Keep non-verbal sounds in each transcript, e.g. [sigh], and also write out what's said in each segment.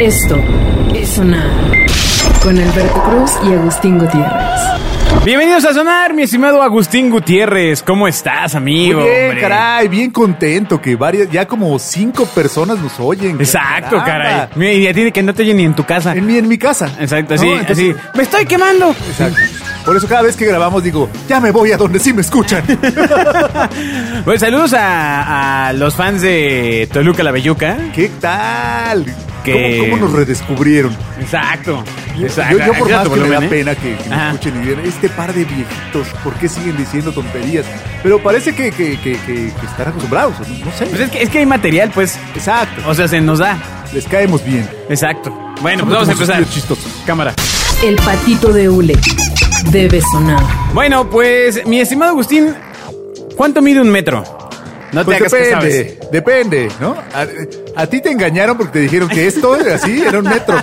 Esto es Sonar con Alberto Cruz y Agustín Gutiérrez. Bienvenidos a Sonar, mi estimado Agustín Gutiérrez. ¿Cómo estás, amigo? Muy bien, hombre? caray, bien contento que varias, ya como cinco personas nos oyen. Exacto, caramba. caray. Mira, y ya tiene que no te oye ni en tu casa. En mi, en mi casa. Exacto, ¿No? así, Entonces- así. ¡Me estoy quemando! Exacto. Por eso cada vez que grabamos digo, ya me voy a donde sí [laughs] me escuchan. Bueno, Pues, saludos a, a los fans de Toluca la Belluca. ¿Qué tal? Que- ¿Cómo, cómo nos redescubrieron? Exacto. Yo, exacto. yo por Activa más tu que me da volumen, ¿eh? pena que, que me Ajá. escuchen y digan, este par de viejitos, ¿por qué siguen diciendo tonterías? Pero parece que, que, que- que- que están acostumbrados, no, no sé. Pues es que, es que hay material, pues. Exacto, O sea, se nos da. les caemos bien. Exacto. Bueno, pues Somos vamos a como empezar. sus tíos chistosos. Cámara. El patito de Ule debe sonar. Bueno, pues, mi estimado Agustín, ¿cuánto mide un metro? No Pues te hagas que sabes. depende, depende, ¿no? A, a ti te engañaron porque te dijeron que esto era así, era un [laughs] metro.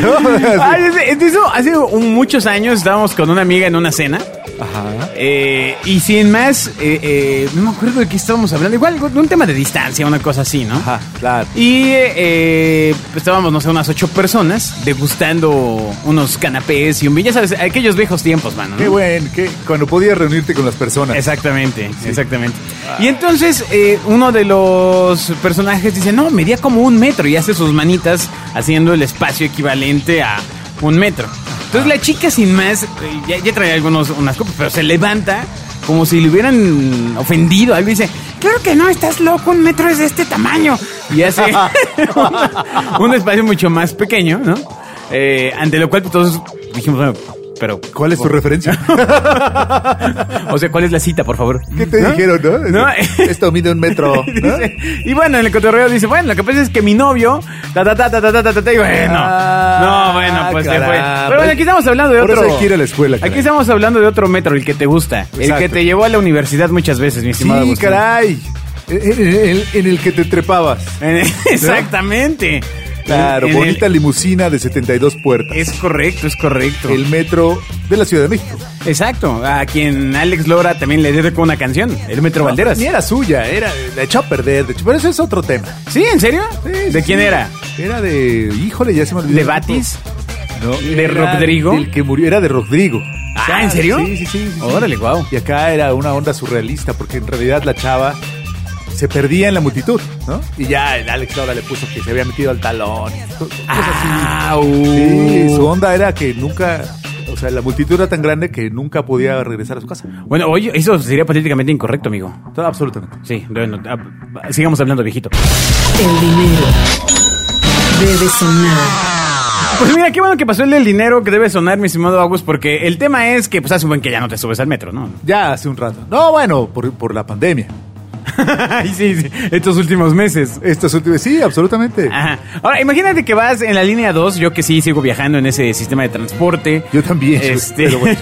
¿No? Así. Ay, es- es de eso, hace un- muchos años estábamos con una amiga en una cena. Ajá. eh, y sin más, eh, eh, no me acuerdo de qué estábamos hablando. Igual de un tema de distancia, una cosa así, ¿no? Ajá, claro. Y eh, eh, pues, estábamos, no sé, unas ocho personas degustando unos canapés y un vino. Ya sabes, aquellos viejos tiempos, mano. ¿no? Qué buen, qué, cuando podías reunirte con las personas. Exactamente, Sí. Ah. exactamente. Y entonces eh, uno de los personajes dice, no, medía como un metro y hace sus manitas haciendo el espacio equivalente a un metro. Entonces Ah. la chica sin más, eh, ya, ya traía algunos, unas copas, pero se levanta como si le hubieran ofendido. Algo y dice, claro que no, estás loco, un metro es de este tamaño. Y hace [laughs] un, un espacio mucho más pequeño, ¿no? Eh, ante lo cual pues, todos dijimos, bueno, pero... ¿Cuál es tu referencia? O sea, ¿cuál es la cita, por favor? ¿Qué te ¿No? dijeron, [laughs] no? No. Esto mide un [laughs] metro. ¿no? Dice- [laughs] y bueno, en el cotorreo dice, bueno, lo que pasa es que mi novio, ta ta ta ta ta ta ta, ta, y bueno. Ah, no, bueno, pues se fue. caramba. Pero bueno, aquí estamos hablando de Por otro. eso hay que ir a la escuela, Aquí caray. estamos hablando de otro metro, el que te gusta, el Exacto. que te llevó a la universidad muchas veces, mi Sí, estimado. Agustín. caray. En, en- en- en el que te trepabas. Exactamente. Claro, En el- bonita limusina de 72 puertas. Es correcto, es correcto. El metro de la Ciudad de México. Exacto, a quien Alex Lora también le dedicó una canción, el Metro Valderas. Ni era suya, era, la echó a perder, de hecho, pero eso es otro tema. ¿Sí? ¿En serio? Sí, ¿De sí, quién sí. era? Era de. Híjole, ya se me olvidó. ¿De el Batis? tipo. No, ¿De era Rodrigo? El que murió era de Rodrigo. Ah, Claro, ¿en serio? Sí, sí, sí. sí, sí. Órale, guau. Y acá era una onda surrealista, porque en realidad la chava se perdía en la multitud, ¿no? Y ya el Alex ahora le puso que se había metido al talón. y co- cosas Ah, así. uh. Sí, su onda era que nunca. O sea, la multitud era tan grande que nunca podía regresar a su casa. Bueno, oye, eso sería políticamente incorrecto, amigo. Todo, absolutamente. Sí, bueno, ah, sigamos hablando, viejito. El dinero debe sonar. Pues mira, qué bueno que pasó el del dinero que debe sonar, mi estimado Agus, porque el tema es que pues hace un buen que ya no te subes al metro, ¿no? [laughs] Ya hace un rato. No, bueno, por, por la pandemia. Ay, sí, sí, estos últimos meses. Estos últimos. Sí, absolutamente. Ajá. Ahora, imagínate que vas en la línea 2, yo que sí sigo viajando en ese sistema de transporte. Yo también. Este, [laughs] Pero bueno.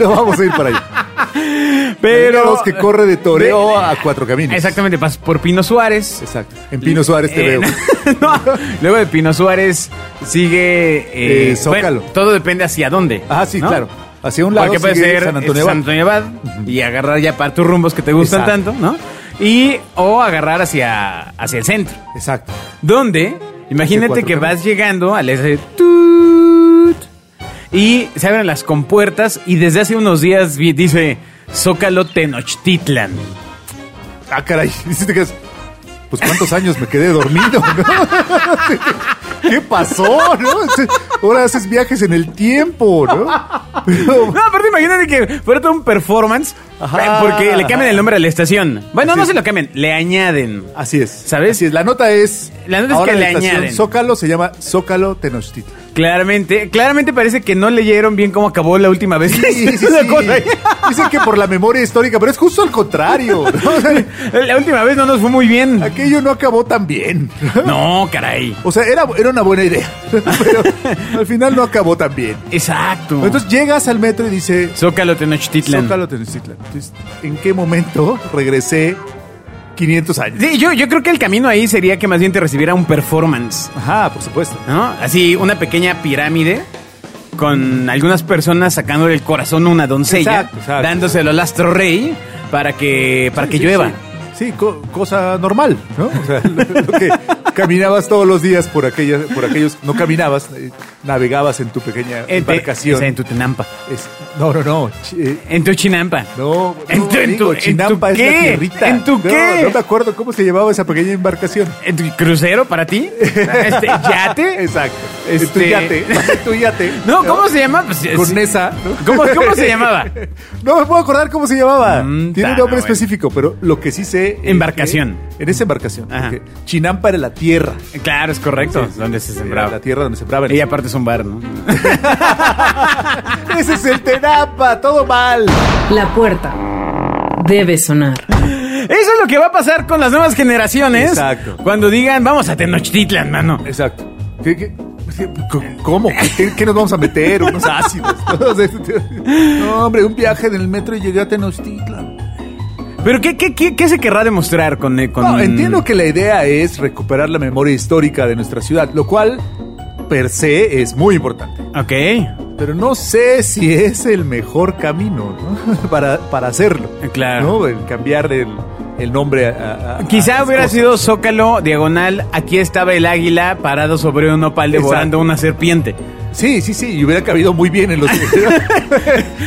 no vamos a ir para allá. pero- Los que corre de toreo a cuatro caminos. Exactamente, vas por Pino Suárez. Exacto. En Pino Suárez te Eh, veo. [laughs] no, luego de Pino Suárez sigue. eh, Eh, Zócalo. bueno, todo depende hacia dónde. [laughs] Ah, sí, ¿no? claro. Hacia un lado Porque puede sigue ser San Antonio Abad. Abad y agarrar ya para tus rumbos que te gustan Exacto. tanto, ¿no? Y o agarrar hacia, hacia el centro. Exacto. Donde, imagínate cuatro que caminos. vas llegando al ese tut, y se abren las compuertas y desde hace unos días vi- dice Zócalo Tenochtitlan. Ah, caray. [laughs] Hiciste que es- Pues cuántos años me quedé dormido, [laughs] ¿no? ¿Qué pasó, no? Ahora haces viajes en el tiempo, [laughs] ¿no? Pero- No, aparte imagínate que fuera todo un performance Ajá. eh, porque le cambian el nombre a la estación. Bueno, no Sí. se lo cambian, le añaden. Así es. ¿Sabes? Así es. La nota es. La nota es ahora que la le estación añaden. Zócalo se llama Zócalo Tenochtitlan. Claramente, claramente parece que no leyeron bien cómo acabó la última vez. que [laughs] Sí, sí, hizo la sí. cosa. Dicen que por la memoria histórica, pero es justo al contrario. ¿no? O sea, La última vez no nos fue muy bien. aquello no acabó tan bien. No, caray. O sea, era, era una buena idea, [laughs] pero al final no acabó tan bien. Exacto. Entonces llegas al metro y dice, Zócalo Tenochtitlan. Zócalo Tenochtitlan. Entonces, ¿en qué momento regresé 500 años? Sí, yo, yo creo que el camino ahí sería que más bien te recibiera un performance, Ajá, por supuesto. ¿no? Así, una pequeña pirámide con algunas personas sacándole el corazón a una doncella, Exacto, exacto. dándoselo al astro rey para que, para Sí, que sí, llueva. Sí, Sí, co- cosa normal, ¿no? O sea, [laughs] lo, lo que, Caminabas todos los días por, aquellas, por aquellos. No caminabas, eh, navegabas en tu pequeña En te- o embarcación. sea, en tu tenampa. Es- no, no, no. ch- eh, En tu chinampa. No, ¿En no, tu- en amigo, tu- en tu Chinampa es qué? la tierrita. ¿En tu No, qué? No me acuerdo cómo se llamaba esa pequeña embarcación. ¿En tu crucero para [laughs] ti? Este, ¿Yate? Exacto. En tu Este- [laughs] yate. [laughs] en tu yate. No, ¿cómo se llama? Pues, es- Con esa. ¿no? ¿Cómo, cómo se llamaba? [laughs] No me puedo acordar cómo se llamaba. Mm, Tiene un ta, nombre no, específico, pero lo que sí sé. es Embarcación. que- En esa embarcación. Ajá. porque Chinampa era la tierra. Claro, es correcto. Sí, sí, donde sí, se sí, sembraba. La tierra donde sembraban. Y aparte es un bar, ¿no? [laughs] Ese es el Tenampa, todo mal. La puerta debe sonar. Eso es lo que va a pasar con las nuevas generaciones. Exacto. Cuando digan, vamos a Tenochtitlan, mano. Exacto. ¿Qué, qué- qué- cómo ¿Qué, qué nos vamos a meter? ¿Unos ácidos? [laughs] O sea, No, hombre, un viaje en el metro y llegué a Tenochtitlan. Pero ¿qué, qué, qué, qué se querrá demostrar con... eh, con... No, entiendo que la idea es recuperar la memoria histórica de nuestra ciudad, lo cual per se es muy importante. Ok. Pero no sé si es el mejor camino ¿no? [laughs] para, para hacerlo. Claro. ¿no? El cambiar el, el nombre a... a- a- a Quizá Ah, las hubiera cosas. sido Zócalo, diagonal, aquí estaba el águila parado sobre un nopal devorando Exacto. una serpiente. Sí, sí, sí, y hubiera cabido muy bien [laughs] en, los,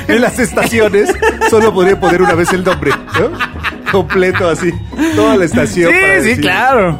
en las estaciones. Solo podría poner una vez el nombre, ¿no? Completo así, toda la estación. sí, para sí, decir- claro.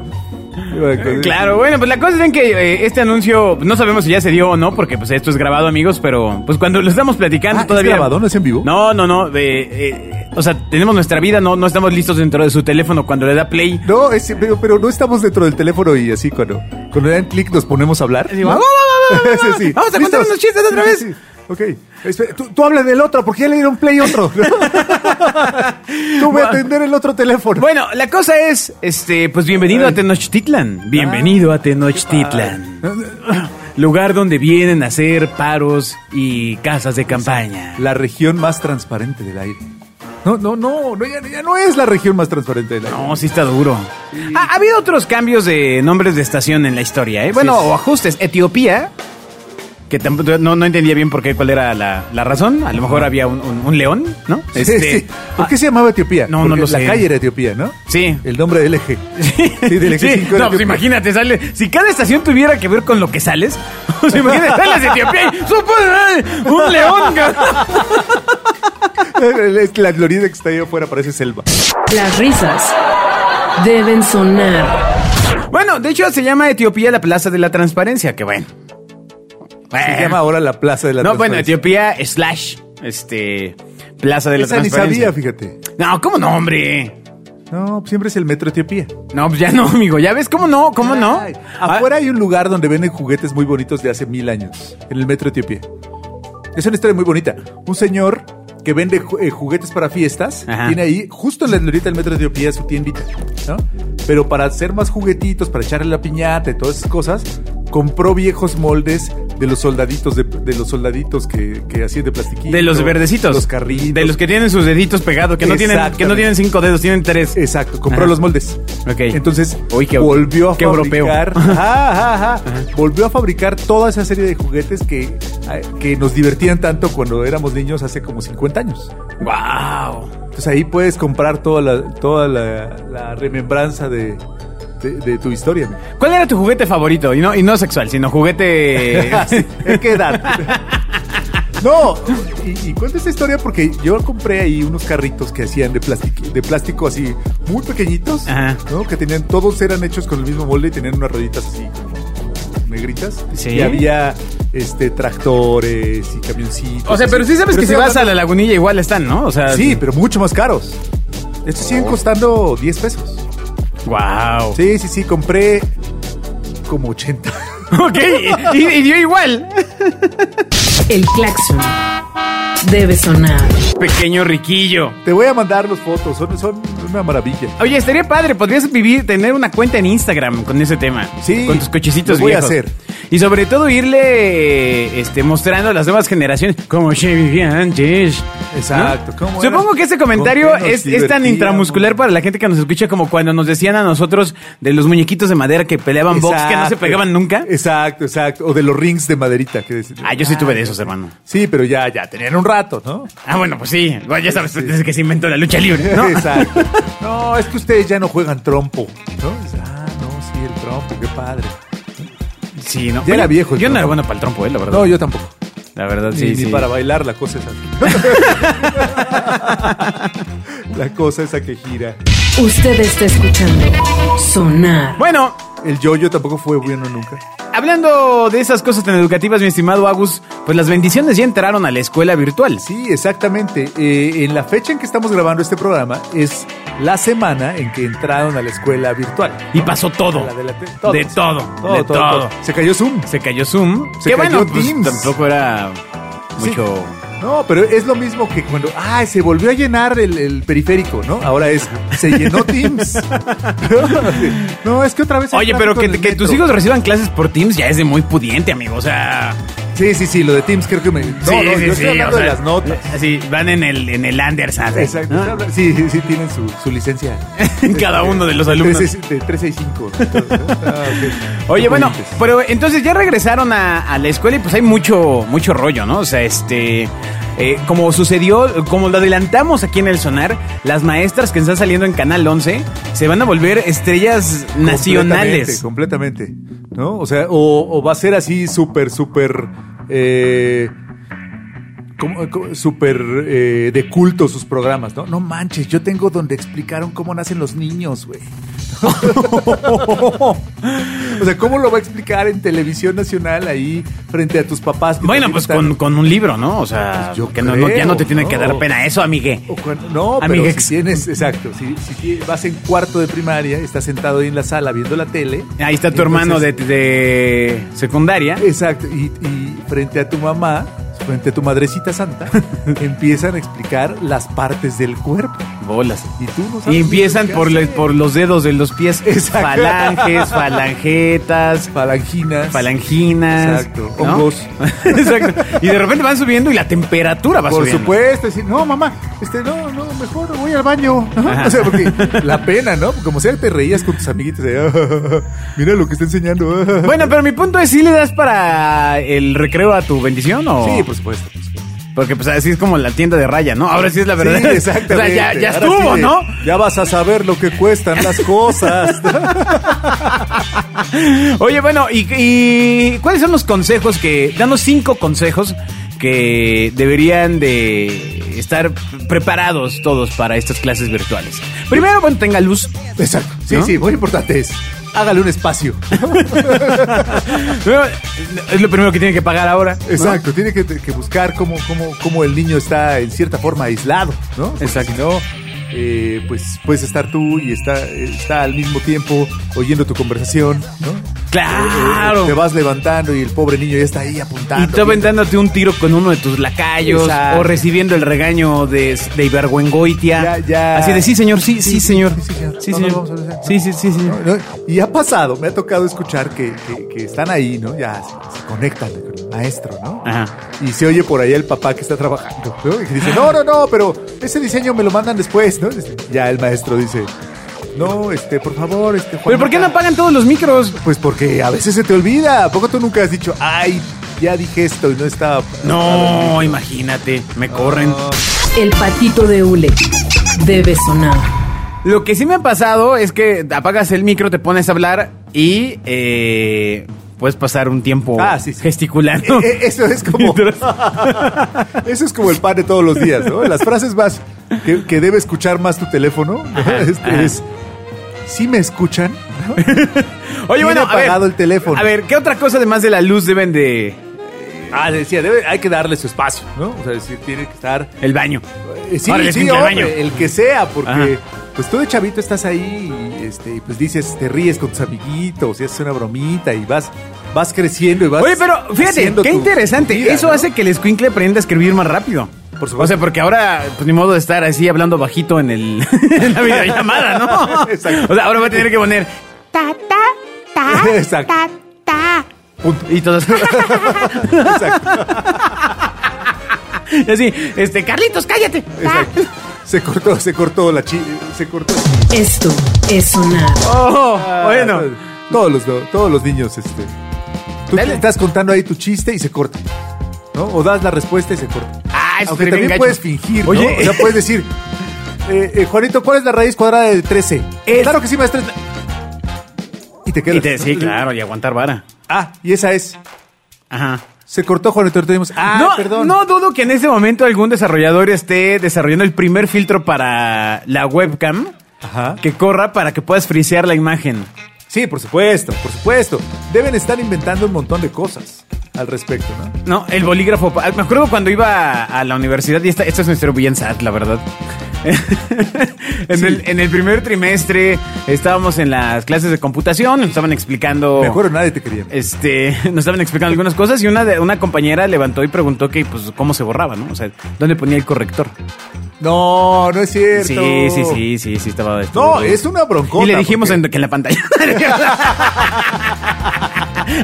Bueno, Claro, bueno, pues la cosa es en que eh, este anuncio, no sabemos si ya se dio o no, porque pues esto es grabado, amigos, pero pues cuando lo estamos platicando Ah, ¿es todavía... grabado? ¿No es en vivo? No, no, no, eh, eh, o sea, tenemos nuestra vida, no, no estamos listos dentro de su teléfono cuando le da play. No, es- pero, pero no estamos dentro del teléfono y así cuando, cuando le dan clic nos ponemos a hablar. Así, "Vamos, ¿no? vamos, vamos, [laughs] Sí, vamos, sí. vamos a contar ¿Listos? unos chistes otra vez. Sí, sí, sí. Ok, Espera, tú, tú habla del otro, porque ya le dieron play otro. [laughs] tú voy a atender el otro teléfono. Bueno, la cosa es, este, pues bienvenido a Tenochtitlan, bienvenido a Tenochtitlan, lugar donde vienen a hacer paros y casas de campaña. La región más transparente del aire. No, no, no, no, ya, ya no es la región más transparente del aire. No, sí está duro. Ha, ha habido otros cambios de nombres de estación en la historia, ¿eh? Bueno, Sí, sí. o ajustes. Etiopía, que tampoco, no, no entendía bien por qué, cuál era la, la razón. A lo mejor había un, un- un león, ¿no? Sí, Este, sí. ¿Por qué se llamaba Etiopía? No, no Porque lo La sé. calle era Etiopía, ¿no? Sí. El nombre del eje. Sí, del eje [laughs] Sí, 5 era no, pues Etiopía. imagínate, sale. Si cada estación tuviera que ver con lo que sales, [laughs] o sea, imagínate, sales de Etiopía y ¡supo- ¡Un león! cabrón! [laughs] Es La Florida que está ahí afuera parece selva. Las risas deben sonar. Bueno, de hecho se llama Etiopía la Plaza de la Transparencia, que bueno. Se llama ahora la Plaza de la Eh. No, bueno, Transparencia. Etiopía slash, este, Plaza de la Esa ni Transparencia. sabía, fíjate. No, ¿cómo no, hombre? No, siempre es el metro Etiopía. No, pues ya no, amigo, ya ves, ¿cómo no? ¿Cómo no? Ah. Ay, afuera hay un lugar donde venden juguetes muy bonitos de hace mil años, en el metro Etiopía. Es una historia muy bonita. Un señor que vende ju- eh, juguetes para fiestas, Ajá. tiene ahí, justo en la glorieta del metro Etiopía, su tiendita, ¿no? Pero para hacer más juguetitos, para echarle la piñata y todas esas cosas, compró viejos moldes de los soldaditos, de, de los soldaditos que, que hacían de plastiquito. Ah, De los verdecitos. Los carritos. De los que tienen sus deditos pegados, que no tienen, que no Exactamente. tienen cinco dedos, tienen tres. Exacto, compró Ajá. los moldes. Ok. Entonces Uy, qué- volvió a qué europeo. [laughs] fabricar. Ajá, ajá, ajá. Volvió a fabricar toda esa serie de juguetes que, ah, que nos divertían tanto cuando éramos niños hace como 50 años. Wow. Entonces ahí puedes comprar toda la, toda la, la remembranza de, de- de tu historia. amigo. ¿Cuál era tu juguete favorito? Y no, y no sexual, sino [laughs] juguete. este, [laughs] ¿En qué edad? No, y, y cuento esta historia porque yo compré ahí unos carritos que hacían de plástico, de plástico así muy pequeñitos, Ajá. ¿no? Que tenían, todos eran hechos con el mismo molde y tenían unas rueditas así como negritas. Sí. Y había este tractores y camioncitos. o sea, así. pero sí sabes que si estoy vas a hablando- la lagunilla igual están, ¿no? O sea. Sí, pero mucho más caros. Estos siguen Oh. costando 10 pesos. Wow. Sí, sí, sí, compré como 80. [laughs] Ok, y, y dio igual. El claxon debe sonar. Pequeño riquillo. [laughs] Te voy a mandar las fotos, son, son una maravilla. Oye, estaría padre, podrías vivir, tener una cuenta en Instagram con ese tema. Sí, Con tus cochecitos lo voy a viejos. hacer. Y sobre todo irle este, mostrando a las nuevas generaciones cómo se vivía antes. Exacto, ¿No? ¿cómo era? Supongo que este ¿Con comentario qué nos es, es tan divertíamos? intramuscular para la gente que nos escucha como cuando nos decían a nosotros de los muñequitos de madera que peleaban box, que no se Exacto. pegaban nunca. Exacto, exacto. O de los rings de maderita. Que decían. Ah, yo sí tuve de esos, hermano. Sí, pero ya, ya, tenían un rato, ¿no? Ah, bueno, pues sí. Bueno, ya sabes, desde que se inventó la lucha [laughs] libre, ¿no? Exacto. No, es que ustedes ya no juegan trompo, ¿no? Ah, no, sí, el trompo. Qué padre. Sí, no. Ya era viejo el Yo no era trompo. bueno para el trompo, eh, la verdad. No, yo tampoco. La verdad, Ni, sí, ni sí. para bailar la cosa esa. [laughs] la cosa esa que gira. Usted está escuchando Sonar. Bueno, El yo-yo tampoco fue bueno nunca. hablando de esas cosas tan educativas, mi estimado Agus, pues las bendiciones ya entraron a la escuela virtual. Sí, exactamente. Eh, en la fecha en que estamos grabando este programa es la semana en que entraron a la escuela virtual. Y pasó todo. La de la te- De todo, de todo. Se cayó Zoom. Se cayó Zoom. Se que cayó bueno, pues, Teams. tampoco era mucho. No, pero es lo mismo que cuando, ah, se volvió a llenar el, el periférico, ¿no? Ahora es, se llenó Teams. [laughs] no, es que otra vez... hay Oye, pero tráfico que, en el que tus metro. hijos reciban clases por Teams ya es de muy pudiente, amigo. O sea. Sí, sí, sí, lo de Teams creo que me... No, sí, no, sí, yo sí, estoy hablando o sea, de las notas. Sí, van en el, en el Anderson. ¿eh? Exacto. ¿no? estoy hablando- Sí, sí, sí, tienen su, su licencia. [laughs] Cada uno de los alumnos. 365. De [laughs] 365. Ah, ok. Oye, bueno, Pudientes. pero entonces ya regresaron a, a la escuela y pues hay mucho, mucho rollo, ¿no? O sea, este. eh, como sucedió, como lo adelantamos aquí en el sonar, las maestras que están saliendo en Canal 11 se van a volver estrellas nacionales. Completamente, completamente, ¿no? O sea, o, o va a ser así súper, súper... eh, como- como- súper eh, de culto sus programas, ¿no? No manches, yo tengo donde explicaron cómo nacen los niños, güey. [laughs] o sea, ¿cómo lo va a explicar en televisión nacional ahí frente a tus papás? que Bueno, también pues están- con, con un libro, ¿no? O sea, Pues yo que no- no- ya creo, no te tiene ¿no? que dar pena eso, amigue. O cuando- no, pero Amigex. si tienes, exacto, si, si ti- vas en cuarto de primaria, estás sentado ahí en la sala viendo la tele. Ahí está tu hermano de, entonces- eh, de secundaria. Exacto, y, y frente a tu mamá, frente a tu madrecita santa, [laughs] empiezan a explicar las partes del cuerpo. Bolas. Y tú no sabes Y empiezan qué por, hacer. le- por los dedos de los pies. Exacto. Falanges, falangetas, falanginas. falanginas. Exacto, ¿no? hongos. [laughs] Exacto. Y de repente van subiendo y la temperatura va por subiendo. supuesto, decir, no, mamá, este, no, no, mejor voy al baño. ¿no? Ajá. [laughs] O sea, porque la pena, ¿no? Como sea, te reías con tus amiguitos. de, "Ah, mira lo que está enseñando. Bueno, pero mi punto es, ¿sí le das para el recreo a tu bendición o...? sí, pues. por supuesto. por supuesto. Porque pues así es como la tienda de raya, ¿no? Ahora sí es la verdad. [laughs] Sí, exactamente. O sea, ya, ya Ahora estuvo, sí, ¿no? Ya vas a saber lo que cuestan [laughs] las cosas. Oye, bueno, y, y cuáles son los consejos que... Danos cinco consejos que deberían de estar preparados todos para estas clases virtuales. Primero, bueno, tenga luz. [laughs] Exacto. Sí, ¿No? sí, muy importante es. Hágale un espacio. Primero, Es lo primero que tiene que pagar ahora. ¿no? Exacto. Tiene que, que buscar cómo, cómo, cómo el niño está en cierta forma aislado, ¿no? Porque Exacto. Si no, eh, pues puedes estar tú y está, está al mismo tiempo oyendo tu conversación, ¿no? Eh, Te Claro. vas levantando y el pobre niño ya está ahí apuntando. Y tú aventándote un tiro con uno de tus lacayos Exacto. o recibiendo el regaño de, de Ibargüengoitia. Ya, ya. Así de, sí, señor, sí, sí, Sí, sí, señor. sí, señor. Sí, No, no, señor. vamos a ver. Sí, sí, sí, señor. ¿no? Y ha pasado, me ha tocado escuchar que, que- que están ahí, ¿no? Ya se, se conectan con el maestro, ¿no? Ajá. Y se oye por ahí el papá que está trabajando, ¿no? Y que dice, no, no, no, pero ese diseño me lo mandan después, ¿no? Este, Ya el maestro dice, no, este, por favor, este... ¿Pero por qué no Juanita, apagan todos los micros? Pues porque a veces se te olvida. ¿A poco tú nunca has dicho, ay, ya dije esto y no estaba... No, imagínate, me corren. El patito de hule debe sonar. Lo que sí me ha pasado es que apagas el micro, te pones a hablar y eh, puedes pasar un tiempo Ah, sí, sí. gesticulando. Eh, eh, eso [laughs] es como... [laughs] Eso es como el pan de todos los días, ¿no? Las frases más que, que debe escuchar más tu teléfono ¿no? Este, ajá. es ¿sí me escuchan? ¿No? Oye, Tiene bueno, a ver, apagado el teléfono. A ver, ¿qué otra cosa además de la luz deben de Ah, decía, debe- hay que darle su espacio, ¿no? O sea, es decir, tiene que estar el baño? Eh, Sí, Órale, sí, limpia el hombre, baño. el que sea, porque Ajá. pues tú de chavito estás ahí y este, y, pues dices, te ríes con tus amiguitos y haces una bromita y vas, vas creciendo y vas. Oye, pero fíjate, haciendo qué tu- interesante. tu vida, Eso ¿no? [laughs] hace que el escuincle aprenda a escribir más rápido. Por supuesto. O sea, porque ahora, pues ni modo de estar así hablando bajito en, el, [laughs] en la videollamada, ¿no? [laughs] Exacto. O sea, ahora va a tener que poner ta ta ah, ta Exacto. ta ta y todas. Exacto, [laughs] Y así, este, Carlitos, cállate. exacto. Se cortó, se cortó la chi se cortó. Esto es Sonar. Oh, Ah, bueno. Todos los, do- todos los niños, este. Tú Dale. estás contando ahí tu chiste y se corta. ¿No? O das la respuesta y se corta. Ah, eso Aunque sería también bien gacho. puedes fingir, ¿no? Oye, O sea, puedes decir, eh, eh, Juanito, ¿cuál es la raíz cuadrada de 13? Es- Claro que sí, maestra. y te quedas. Y te, sí, claro, y aguantar vara. Ah, y esa es. Ajá. Se cortó, Juanito. Ahorita dimos- Ah, no, perdón. no dudo que en este momento algún desarrollador esté desarrollando el primer filtro para la webcam Ajá. que corra para que puedas frisear la imagen. Sí, por supuesto, por supuesto. Deben estar inventando un montón de cosas al respecto, ¿no? No, el bolígrafo. pa- Me acuerdo cuando iba a la universidad, y esta, esta es una historia bien sad, la verdad. [laughs] en, Sí. el, en el primer trimestre estábamos en las clases de computación, nos estaban explicando. Me acuerdo, nadie te quería. Este, [laughs] nos estaban explicando algunas cosas y una, de- una compañera levantó y preguntó que, pues, cómo se borraba, ¿no? O sea, ¿dónde ponía el corrector? No, no es cierto. Sí, sí, sí, sí, sí, estaba. No, estuvo- es una broncota. Y le dijimos porque- en, que en la pantalla. [laughs]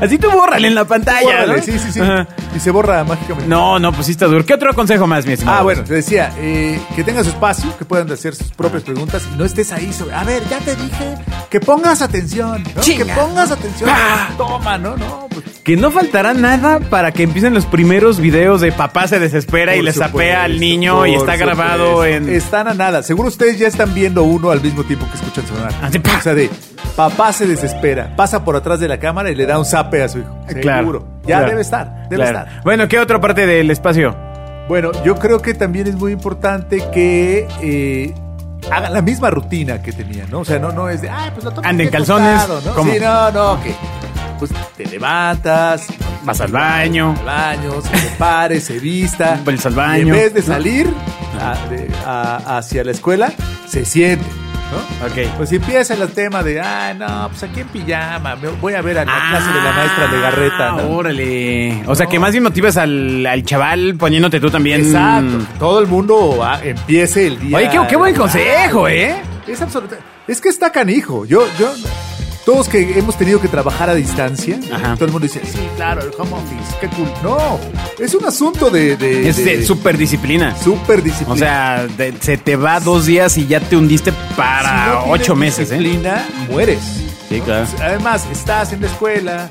Así tú bórrale en la pantalla. Bórrale, ¿no? Sí, sí, sí. Ajá. Y se borra mágicamente. No, no, pues sí está duro. ¿Qué otro consejo más, mi estimado? Ah, bueno, te decía, eh, que tengas espacio, que puedan hacer sus propias preguntas y no estés ahí sobre, a ver, ya te dije, que pongas atención, ¿no? que Chinga. pongas atención, Ah. toma, ¿no? No, pues, Que no faltará nada para que empiecen los primeros videos de papá se desespera y por le supuesto, sapea al niño y por está grabado supuesto. en... Están a nada, seguro ustedes ya están viendo uno al mismo tiempo que escuchan sonar. Así, Ah, pa. O sea, de, papá se desespera, pasa por atrás de la cámara y le da un zape a su hijo, seguro. Ya claro, debe estar, debe claro. estar. Bueno, ¿qué otra parte del espacio? Bueno, yo creo que también es muy importante que eh, hagan la misma rutina que tenían, ¿no? O sea, no, no es de, ay, pues lo tomo Anden aquí calzones, acostado", ¿no? ¿cómo? Sí, no, no, que pues te levantas, Vas al baño. al baño, se prepare, se [laughs] vista. Vuelves al y baño. en vez de salir a- de- a- hacia la escuela, se siente, ¿no? Ok. Pues empieza el tema de, ay, no, pues aquí en pijama, me voy a ver a la clase de la maestra de Garreta, Ah, ¿no? Órale. O sea, que más bien motivas al, al chaval poniéndote tú también... Exacto. que Mm. Todo el mundo ah, empiece el día. Oye, qué, qué buen laboral. consejo, ¿eh? Es absoluta. Es que está canijo. Yo, yo. Todos que hemos tenido que trabajar a distancia, Ajá. todo el mundo dice, sí, claro, el home office, qué cool. No, es un asunto de. de Es de super disciplina. super disciplina. O sea, de- se te va dos días y ya te hundiste para Si no tienes ocho meses, ¿eh? disciplina, mueres. Sí, claro. Pues, Además, estás en la escuela,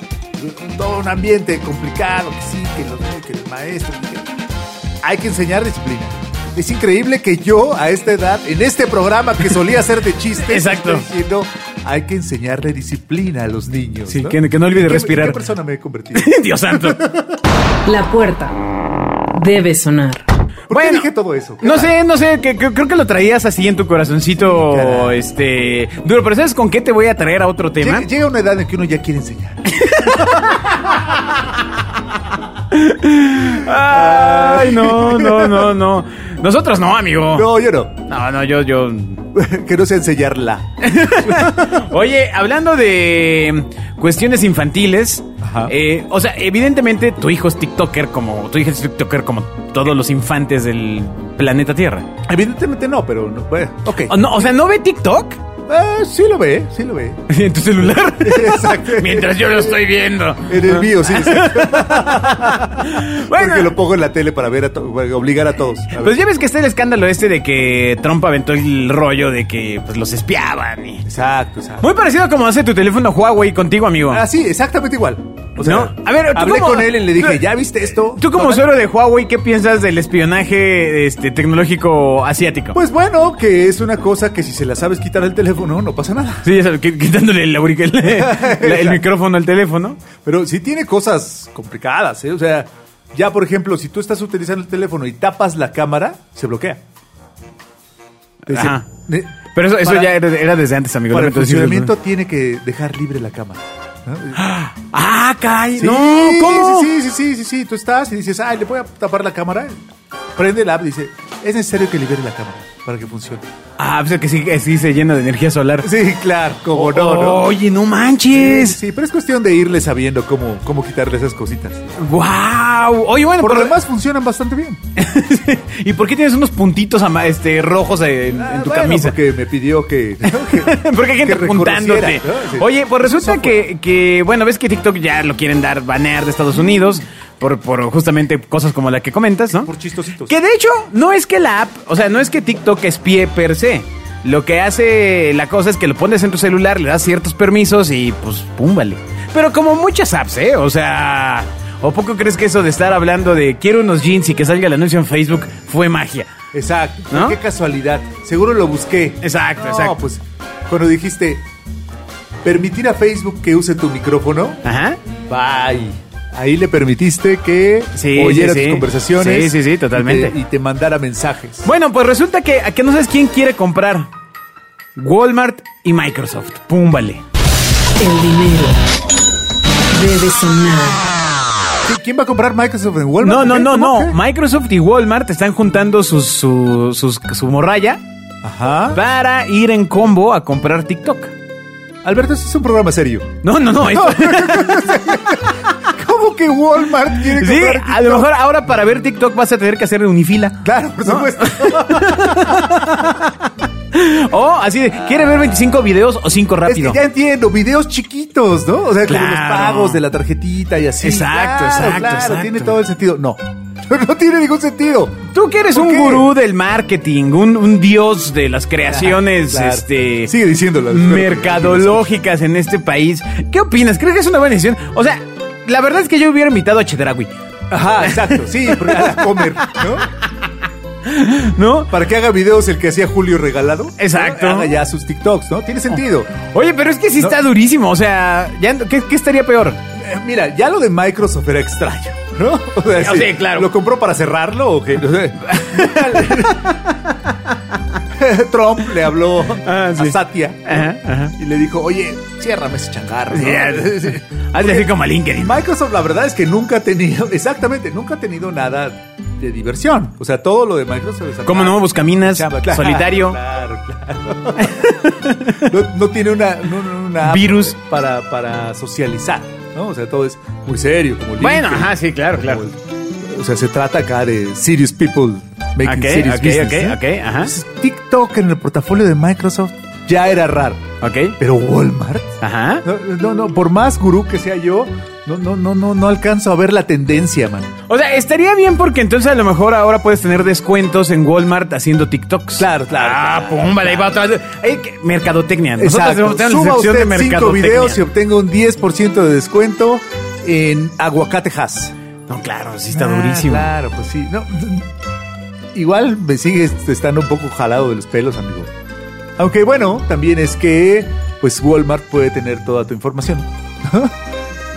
todo un ambiente complicado, que sí, que los que el maestro. que- Hay que enseñar disciplina. Es increíble que yo, a esta edad, en este programa que solía hacer de [laughs] chistes, Exacto. estoy diciendo, hay que enseñarle disciplina a los niños. Sí, que- que no olvide ¿En qué- respirar. ¿En qué persona me he [laughs] convertido? [laughs] Dios santo. La puerta debe sonar. ¿Por Bueno, qué dije todo eso? No sé, no sé, que, que- creo que lo traías así en tu corazoncito, Caray. este, duro, pero ¿sabes con qué te voy a traer a otro tema? Llega, llega una edad en que uno ya quiere enseñar. Ay, no, no, no, no. Nosotros no, amigo. No, No, yo no. [laughs] no, yo, yo. que no sea enseñarla. Oye, hablando de cuestiones infantiles, Ajá. eh, o sea, evidentemente tu hijo es TikToker como, tu hija es TikToker como todos los infantes del planeta Tierra. Evidentemente no, pero no. Bueno, ok. O, no, o sea, ¿no ve TikTok? [laughs] Eh, sí lo ve, sí lo ve. [laughs] En tu celular. [laughs] Exacto. Mientras yo lo estoy viendo. En el mío, [laughs] sí. exacto. Bueno, Porque lo pongo en la tele para ver a to- para obligar a todos. A ver. pues ya ves que está el escándalo este de que Trump aventó el rollo de que pues, los espiaban. y- Exacto, exacto. Muy parecido a como hace tu teléfono Huawey contigo, amigo. Ah, sí, exactamente igual. O sea, No, a ver, ¿tú hablé cómo- con él y le dije, tú- ¿ya viste esto? Tú como Total. usuario de Huawei, ¿qué piensas del espionaje este, tecnológico asiático? Pues bueno, que es una cosa que si se la sabes quitar el teléfono, no pasa nada. Sí, ya sabes, qui- quitándole el, auric- [laughs] el- la- el micrófono al teléfono. Pero sí tiene cosas complicadas, ¿eh? O sea, ya por ejemplo, si tú estás utilizando el teléfono y tapas la cámara, se bloquea. Te dice, Ajá. "Ne- Pero eso, eso Para- ya era, era desde antes, amigo. Para el Entonces, sí, funcionamiento tiene que dejar libre la cámara. ¿no? Ah, caray. Sí, no, ¿cómo? Sí, sí, sí, sí, sí. Tú estás y dices, ay, le voy a tapar la cámara. Prende la app y dice, es necesario que libere la cámara para que funcione. Ah, pues es que sí, que sí se llena de energía solar. Sí, claro, como no, ¿no? Oye, no Sí, manches. Oh, sí, pero es cuestión de irle sabiendo cómo, cómo quitarle esas cositas. Wow. Oye, bueno, Por pero- lo demás funcionan bastante bien. [laughs] ¿Y por qué tienes unos puntitos ama- este, rojos en, Ah, en tu bueno, camisa? Porque me pidió [laughs] que. [laughs] Porque hay gente que apuntándote. reconociera, ¿no? Sí. Oye, pues Eso resulta fue. que, que, bueno, ves que TikTok ya lo quieren dar banear de Estados Unidos por, por justamente cosas como la que comentas, ¿no? Por chistositos. Que de hecho, no es que la app, o sea, no es que TikTok espie per se. Lo que hace la cosa es que lo pones en tu celular, le das ciertos permisos y pues púmbale. Pero como muchas apps, ¿eh? O sea, ¿o poco crees que eso de estar hablando de quiero unos jeans y que salga el anuncio en Facebook fue magia? Exacto. ¿No? Qué casualidad. Seguro lo busqué. Exacto, No, exacto. pues cuando dijiste, permitir a Facebook que use tu micrófono. Ajá. Bye. Ahí le permitiste que Sí, oyera sí, tus sí. conversaciones. Sí, sí, sí, y te- Y totalmente. te, mandara mensajes. Bueno, pues resulta que a que no sabes quién quiere comprar. Walmart y Microsoft. Pum, vale. El dinero debe sonar. ¿Qui- ¿Quién va a comprar Microsoft en Walmart? No, no, ¿Qué? no, ¿Cómo no. qué? Microsoft y Walmart están juntando sus, su, sus- su morralla Ajá. para ir en combo a comprar TikTok. Alberto, esto es un programa serio. [laughs] No, no, no. esto- [laughs] ¿Cómo que Walmart quiere sí, comprar? a lo mejor ahora para ver TikTok vas a tener que hacer unifila. Claro, [laughs] por supuesto. [gasps] O así de, ¿quiere ver 25 videos o 5 Es que rápido? ya entiendo, videos chiquitos, ¿no? O sea, como los Claro. pagos de la tarjetita y así. Exacto, Claro, exacto, Claro, exacto. tiene todo el sentido. No, [laughs] no tiene ningún sentido. Tú que eres ¿Por un qué? gurú del marketing, un, un dios de las creaciones Claro. este, Sigue diciéndolo. Alberto. mercadológicas en este país. ¿Qué opinas? ¿Crees que es una buena decisión? O sea, la verdad es que yo hubiera invitado a Chedragui, Ajá, exacto. Sí, porque para comer, ¿no? ¿no? Para que haga videos el que hacía Julio Regalado. ¿no? Exacto. Haga ya sus TikToks, ¿no? Tiene sentido. Oye, pero es que sí No. está durísimo. O sea, ya, ¿qué, qué estaría peor? Eh, Mira, ya lo de Microsoft era extraño, ¿no? [laughs] O sea, O sea, claro. ¿Lo compró para cerrarlo o qué? [laughs] No sé. [laughs] Trump le habló Ah, sí. a Satya Ajá, ajá. y le dijo, oye, ciérrame ese changarro. ¿no?" [laughs] Hazle así como a LinkedIn. Microsoft, la verdad es que nunca ha tenido, [laughs] exactamente, nunca ha tenido nada de diversión. O sea, todo lo de Microsoft es ¿Cómo no? Buscaminas, Chamba, claro, solitario. Claro, claro. [laughs] no, no tiene una, no- no- una app Virus. para, para socializar, ¿no? O sea, todo es muy serio. Como Bueno, LinkedIn, ajá, sí, claro, como claro. el- o sea, se trata acá de serious people making Ok, serious ok, business. ok, ¿eh? ok, ajá. Entonces, TikTok en el portafolio de Microsoft ya era raro, Ok. pero Walmart. Ajá. No, no, no, por más gurú que sea yo, no, no, no, no, no alcanzo a ver la tendencia, man. O sea, estaría bien porque entonces a lo mejor ahora puedes tener descuentos en Walmart haciendo TikToks. Claro, claro, Ah, claro, pum, vale, ahí va otra vez. Ey, que- mercadotecnia. Nosotros Exacto. debemos tener una Suba sección de usted cinco mercadotecnia. videos y obtenga un 10% de descuento en Aguacate Hass. No, claro, sí está durísimo. Claro, pues sí. No, igual me sigue estando un poco jalado de los pelos, amigo. Aunque bueno, también es que pues Walmart puede tener toda tu información.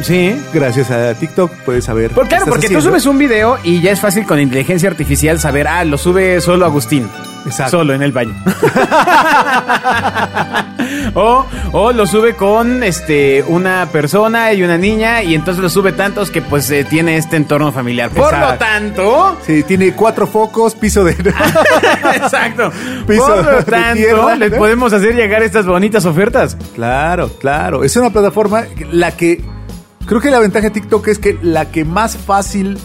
Sí. Gracias a TikTok puedes saber. Por, claro, porque tú subes un... un video y ya es fácil con inteligencia artificial saber, ah, lo sube solo Agustín. Exacto. Solo en el baño. [laughs] o, o lo sube con este una persona y una niña y entonces lo sube tantos que pues eh, tiene este entorno familiar. Por lo Exacto. tanto, Sí, tiene cuatro focos, piso de. Ah, [laughs] Exacto. Piso Por lo de tanto, tierra, ¿eh? les ¿no? podemos hacer llegar estas bonitas ofertas. Claro, claro. Es una plataforma que- la que. Creo que la ventaja de TikTok es que la que más fácil.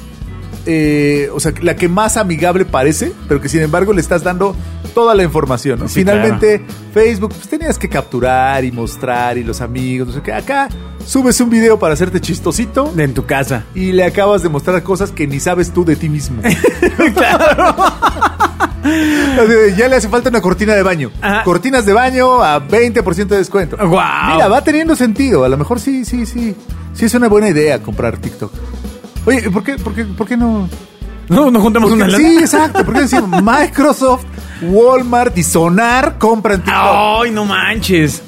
eh, o sea, la que más amigable parece, pero que sin embargo le estás dando toda la información. ¿no? Sí, Finalmente, Facebook, pues tenías que capturar y mostrar y los amigos, no sé qué. Acá subes un video para hacerte chistosito En tu casa. y le acabas de mostrar cosas que ni sabes tú de [laughs] ti mismo. [laughs] Así de, ya le hace falta una cortina de baño. Ajá. Cortinas de baño a 20% de descuento. ¡Guau! Mira, va teniendo sentido. A lo mejor sí, sí, sí. Sí es una buena idea comprar TikTok. Oye, ¿por qué, por qué, por qué no? No, no juntamos ¿Por qué- una lana. sí, exacto. ¿Por qué [laughs] decimos Microsoft, Walmart y Sonar compran TikTok? Ay, no manches.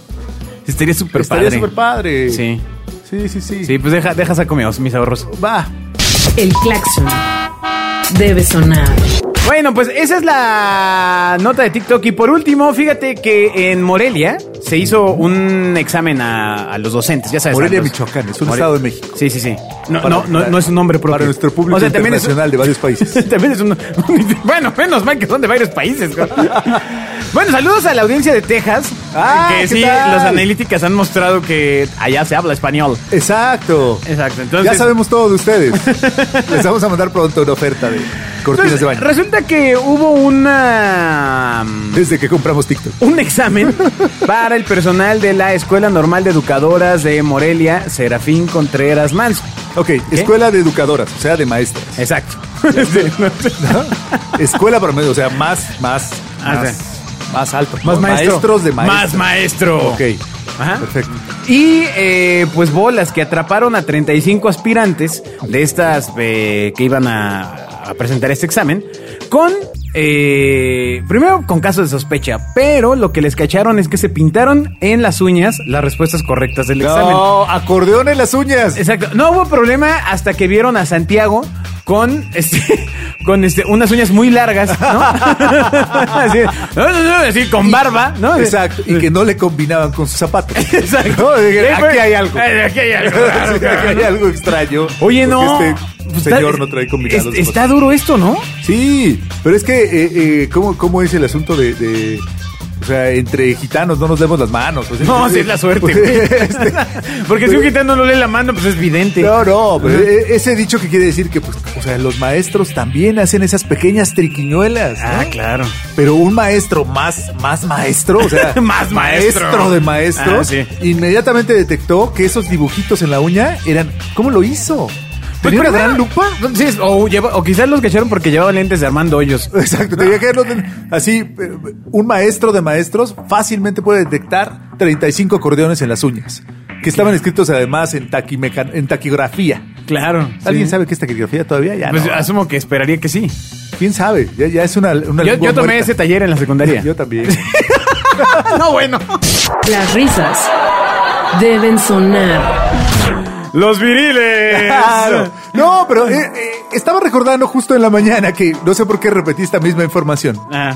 Estaría súper Estaría padre. Ah, súper padre. Sí. Sí, sí, sí. Sí, pues deja, deja saco mis, mis ahorros. Va. El claxon debe sonar. Bueno, pues esa es la nota de TikTok. Y por último, fíjate que en Morelia se hizo un examen a, a los docentes, ya sabes. Morelia, a los- Michoacán, es un estado de México. Sí, sí, sí. No, Para- no, no, no es un nombre propio. Para nuestro público O sea, también es- internacional de varios [laughs] países. También es un... Bueno, menos mal que son de varios países. güey. [laughs] bueno, saludos a la audiencia de Texas. Ah, que ¿qué sí, tal? las analíticas han mostrado que allá se habla español. [laughs] Exacto. Exacto, entonces... ya sabemos todo de [laughs] ustedes. Les vamos a mandar pronto una oferta de cortinas Entonces, de baño. Resulta que hubo una... mm, Desde que compramos TikTok. Un [laughs] examen para el personal de la Escuela Normal de Educadoras de Morelia, Serafín Contreras Manso. Ok, escuela de educadoras, o sea, de maestras. Exacto. [laughs] Sí, no sé. Escuela promedio, o sea, más, más, Ah, más, más alto. Más ¿no? maestro. Maestros de Más maestros. maestro. Ok. Ajá. Perfecto. Y eh, pues bolas que atraparon a 35 aspirantes de estas eh, que iban a a, a presentar este examen con, eh, primero con casos de sospecha, pero lo que les cacharon es que se pintaron en las uñas las respuestas correctas del examen. No, acordeón en las uñas. Exacto. No hubo problema hasta que vieron a Santiago con [laughs] este con este unas uñas muy largas, ¿no? [laughs] así, así, con barba, ¿no? Exacto. Y que no le combinaban con sus zapatos. [laughs] Exacto. No, dije, Sí, fue- aquí hay algo. Ay, aquí hay algo. [laughs] Sí, aquí hay algo extraño. Oye, no. Porque Este Pues, señor está- no trae combinados. es- los Está duro esto, [laughs] ¿no? Sí, pero es que, eh, eh, ¿cómo, ¿cómo es el asunto de, de- O sea, entre gitanos no nos demos las manos. o sea, [laughs] No, sí es la suerte. güey. Este, [laughs] Porque si un gitano no lee la mano, pues es vidente. no, no, pero e- ese dicho que quiere decir que, pues, o sea, los maestros también hacen esas pequeñas triquiñuelas. ¿no? Ah, claro. Pero un maestro más, más maestro, o sea, [laughs] Más maestro. de maestros, Ah, sí. inmediatamente detectó que esos dibujitos en la uña eran. ¿Cómo lo hizo? Pues, ¿Tenía una gran lupa? Sí, es- o, lleva- o quizás los cacharon porque llevaban lentes de Armando Hoyos. Exacto, tenía que verlo de- así. eh, Un maestro de maestros fácilmente puede detectar 35 acordeones en las uñas, que estaban escritos además en, taquimeca- en taquigrafía. Claro. ¿Alguien sí. sabe qué es taquigrafía todavía? Ya Pues no. asumo que esperaría que sí. ¿Quién sabe? Ya, ya es una, una Yo, lengua yo tomé muerta. ese taller en la secundaria. [laughs] Ah, [laughs] Yo también. no, bueno. Las risas deben sonar. Los viriles. Claro. No, pero eh, eh, estaba recordando justo en la mañana que no sé por qué repetí esta [laughs] misma información. Ah.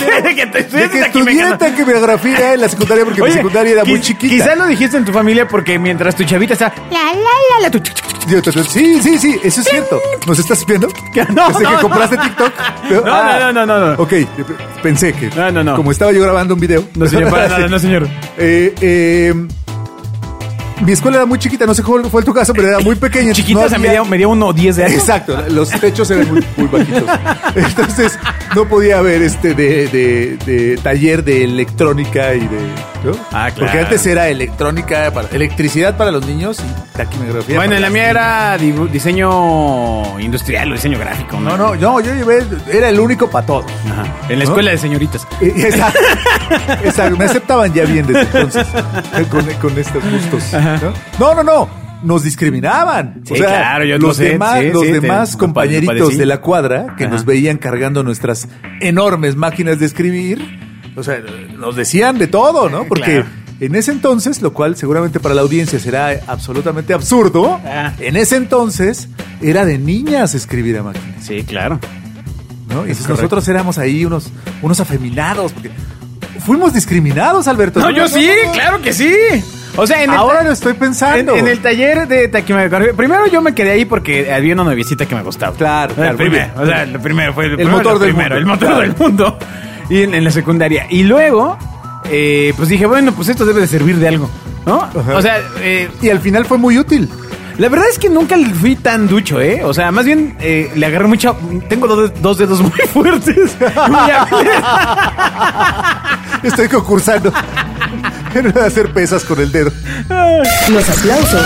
[laughs] ¿De qué? ¿De que te De estudiaste que aquí, estudié mexicano? taquigrafía en la secundaria porque mi Oye, secundaria era muy quiz- chiquita. Quizás lo dijiste en tu familia porque mientras tu chavita está. la la la la. tu- Yo te- te- Sí, sí, sí, eso es cierto. ¿Nos estás viendo? [laughs] No, Desde no, que no. compraste TikTok. [laughs] Ah. No, no, no, no, no, no. Ok, pensé que. No, no, no. Como estaba yo grabando un video. No, señor, para nada, [laughs] no, señor. Eh, eh, mi escuela era muy chiquita, no sé cómo fue en tu caso, pero era muy pequeña. entonces Chiquita, no o sea, me había- dio- me dio uno 10 de años. Exacto, los techos eran muy, [laughs] muy bajitos. Entonces, no podía haber este de, de- de taller de electrónica y de. ¿no? Ah, claro. Porque antes era electrónica, para, electricidad para los niños y taquimegrafía. Bueno, para en la las mía niñas. era dibu- diseño industrial o diseño gráfico, ¿no? No, no, no, yo llevé, era el único para todos. Ajá. En la escuela de señoritas. Eh, [laughs] Exacto, exacto, me aceptaban ya bien desde entonces, eh, con, con estos gustos. ¿no? ¿no? no, no, nos discriminaban. Sí, claro, yo lo los sé, demás, sí, los sí, te- demás lo pa- lo compañeritos padecí. de la cuadra que Ajá. nos veían cargando nuestras enormes máquinas de escribir, o sea, nos decían de todo, ¿no? Porque... Claro. En ese entonces, lo cual seguramente para la audiencia será absolutamente absurdo, Ah. en ese entonces era de niñas escribir a máquina. Sí, claro. ¿no? Y Es entonces nosotros éramos ahí unos, unos afeminados, porque fuimos discriminados, Alberto. No, yo sí, claro que sí. O sea, en el- Ahora lo estoy En, pensando. en el taller de taquimecanografía. Primero yo me quedé ahí porque había una noviecita que me gustaba. Claro, claro, El primero, muy bien. o sea, lo primero fue el, El primero, motor lo del primero, mundo. El motor Claro. del mundo. Y en, en la secundaria. Y luego, eh, pues dije, bueno, pues esto debe de servir de algo, ¿no? Ajá. O sea, eh, Y al final fue muy útil. la verdad es que nunca le fui tan ducho, ¿eh? O sea, más bien eh, le agarré mucha... Tengo dos, dos dedos [laughs] muy fuertes. Muy hábiles. Estoy concursando [laughs] en hacer pesas con el dedo. Los aplausos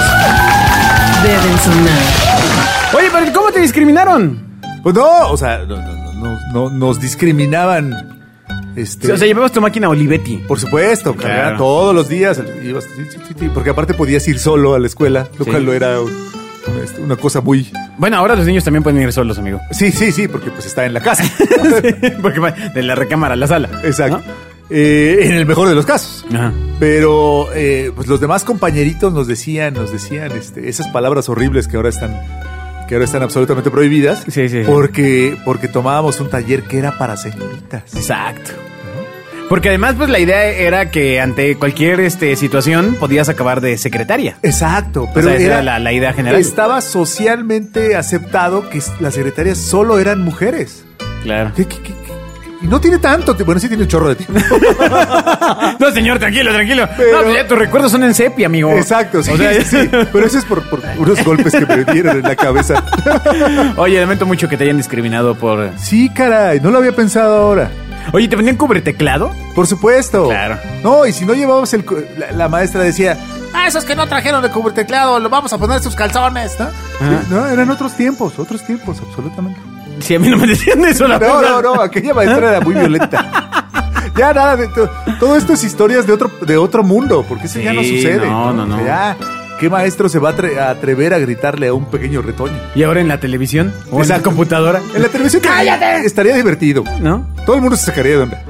deben sonar. Oye, pero ¿cómo te discriminaron? Pues no, o sea, no, no, no, no, nos discriminaban. Este, O sea, llevabas tu máquina Olivetti. por supuesto, Claro. cargaba todos los días. ibas- ti, ti, ti, ti, porque aparte podías ir solo a la escuela, lo Sí. cual no era un- un- este, una cosa muy... Bueno, ahora los niños también pueden ir solos, [laughs] amigo. Sí, sí, sí, porque pues está en la [laughs] casa. [laughs] Sí, porque va de la recámara a la sala. Exacto. Eh, en el mejor de los casos. ¿no? Ajá. Pero eh, pues los demás compañeritos nos decían, nos decían este, esas palabras horribles que ahora están, que ahora están absolutamente prohibidas. Sí, sí, sí. Porque, porque tomábamos un taller que era para señoritas. Exacto. Porque además, pues la idea era que ante cualquier este, situación podías acabar de secretaria. Exacto, sea, esa era la- la idea general. Estaba socialmente aceptado que s- las secretarias solo eran mujeres. Claro. ¿Qué- qué- qué- qué? Y no tiene tanto, ti- bueno, sí tiene un chorro [laughs] de tiempo. No, señor, tranquilo, tranquilo. Pero- No, pues ya tus recuerdos son en sepia, amigo. Exacto, sí, O sea, sí, [laughs] sí. Pero eso es por, por unos golpes que me dieron en la cabeza. Oye, lamento mucho que te hayan discriminado por. Sí, caray, no lo había pensado ahora. Oye, ¿te ponían cubreteclado? Por supuesto. Claro. No, y si no llevabas el. cu- La, la maestra decía. Ah, esos que no trajeron de cubreteclado, lo vamos a poner en sus calzones, ¿no? Sí, no, eran otros tiempos, otros tiempos, absolutamente. Si a mí no me decían eso, [laughs] la No, verdad. no, no, aquella maestra era muy violenta. [laughs] Ya nada, de to- todo esto es historias de otro, de otro mundo, porque eso ya no Sí, sucede. no, no, O sea, no. ya ¿Qué maestro se va a atre- a atrever a gritarle a un pequeño retoño? Y ahora en la televisión o en la [laughs] Exacto. computadora. En la televisión ¡Cállate! estaría divertido. ¿No? Todo el mundo se sacaría de onda.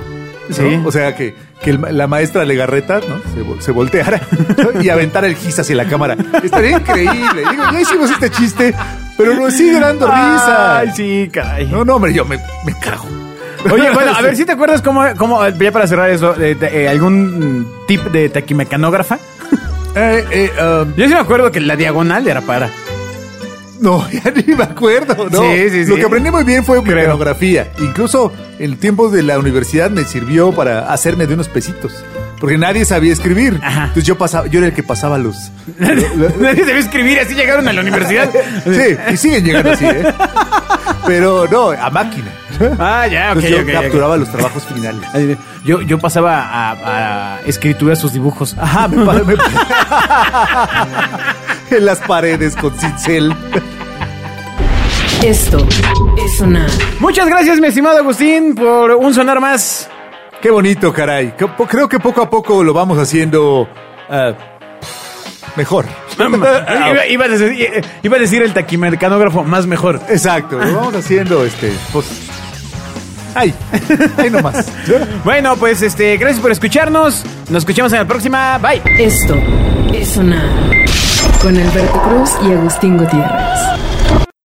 ¿no? Sí. O sea, que, que el ma- la maestra Legarreta ¿no? se, vol- se volteara [laughs] y aventara el gis hacia la cámara. Estaría increíble. Digo, ya hicimos este chiste, pero nos sigue dando risa. Ay, sí, caray. No, no, hombre, yo me, me cago. Oye, bueno, a [laughs] Sí. ver si te acuerdas cómo, cómo ya para cerrar eso, eh, te- eh, algún mm, tip de taquimecanógrafa. Eh, eh, um, Yo sí me acuerdo que la diagonal era para. [laughs] no, [laughs] ya ni me acuerdo, ¿no? Sí, sí, sí. Lo que aprendí muy bien fue Creo. mecanografía. Incluso en tiempos de la universidad me sirvió para hacerme de unos pesitos. Porque nadie sabía escribir. Ajá. Entonces yo pasaba, yo era el que pasaba los. Nadie debe escribir, así llegaron a la [laughs] universidad. Sí, y siguen llegando así, ¿eh? Pero no, a máquina. Ah, ya, ok, Entonces yo ok, ok. capturaba los trabajos finales. Así de, Yo, yo pasaba a, a escritura sus dibujos. Ajá, Ah, me, pa- me- [laughs] en las paredes con cincel. Esto es sonar. Muchas gracias, mi estimado Agustín, por un sonar más. Qué bonito, caray. Que po- Creo que poco a poco lo vamos haciendo ah, mejor. [laughs] iba, iba a decir, iba a decir el taquimecanógrafo más mejor. Exacto, lo vamos haciendo este. Pues, ay, ay nomás. Bueno, pues este, gracias por escucharnos. Nos escuchamos en la próxima. Bye. Esto es sonar. Con Alberto Cruz y Agustín Gutiérrez.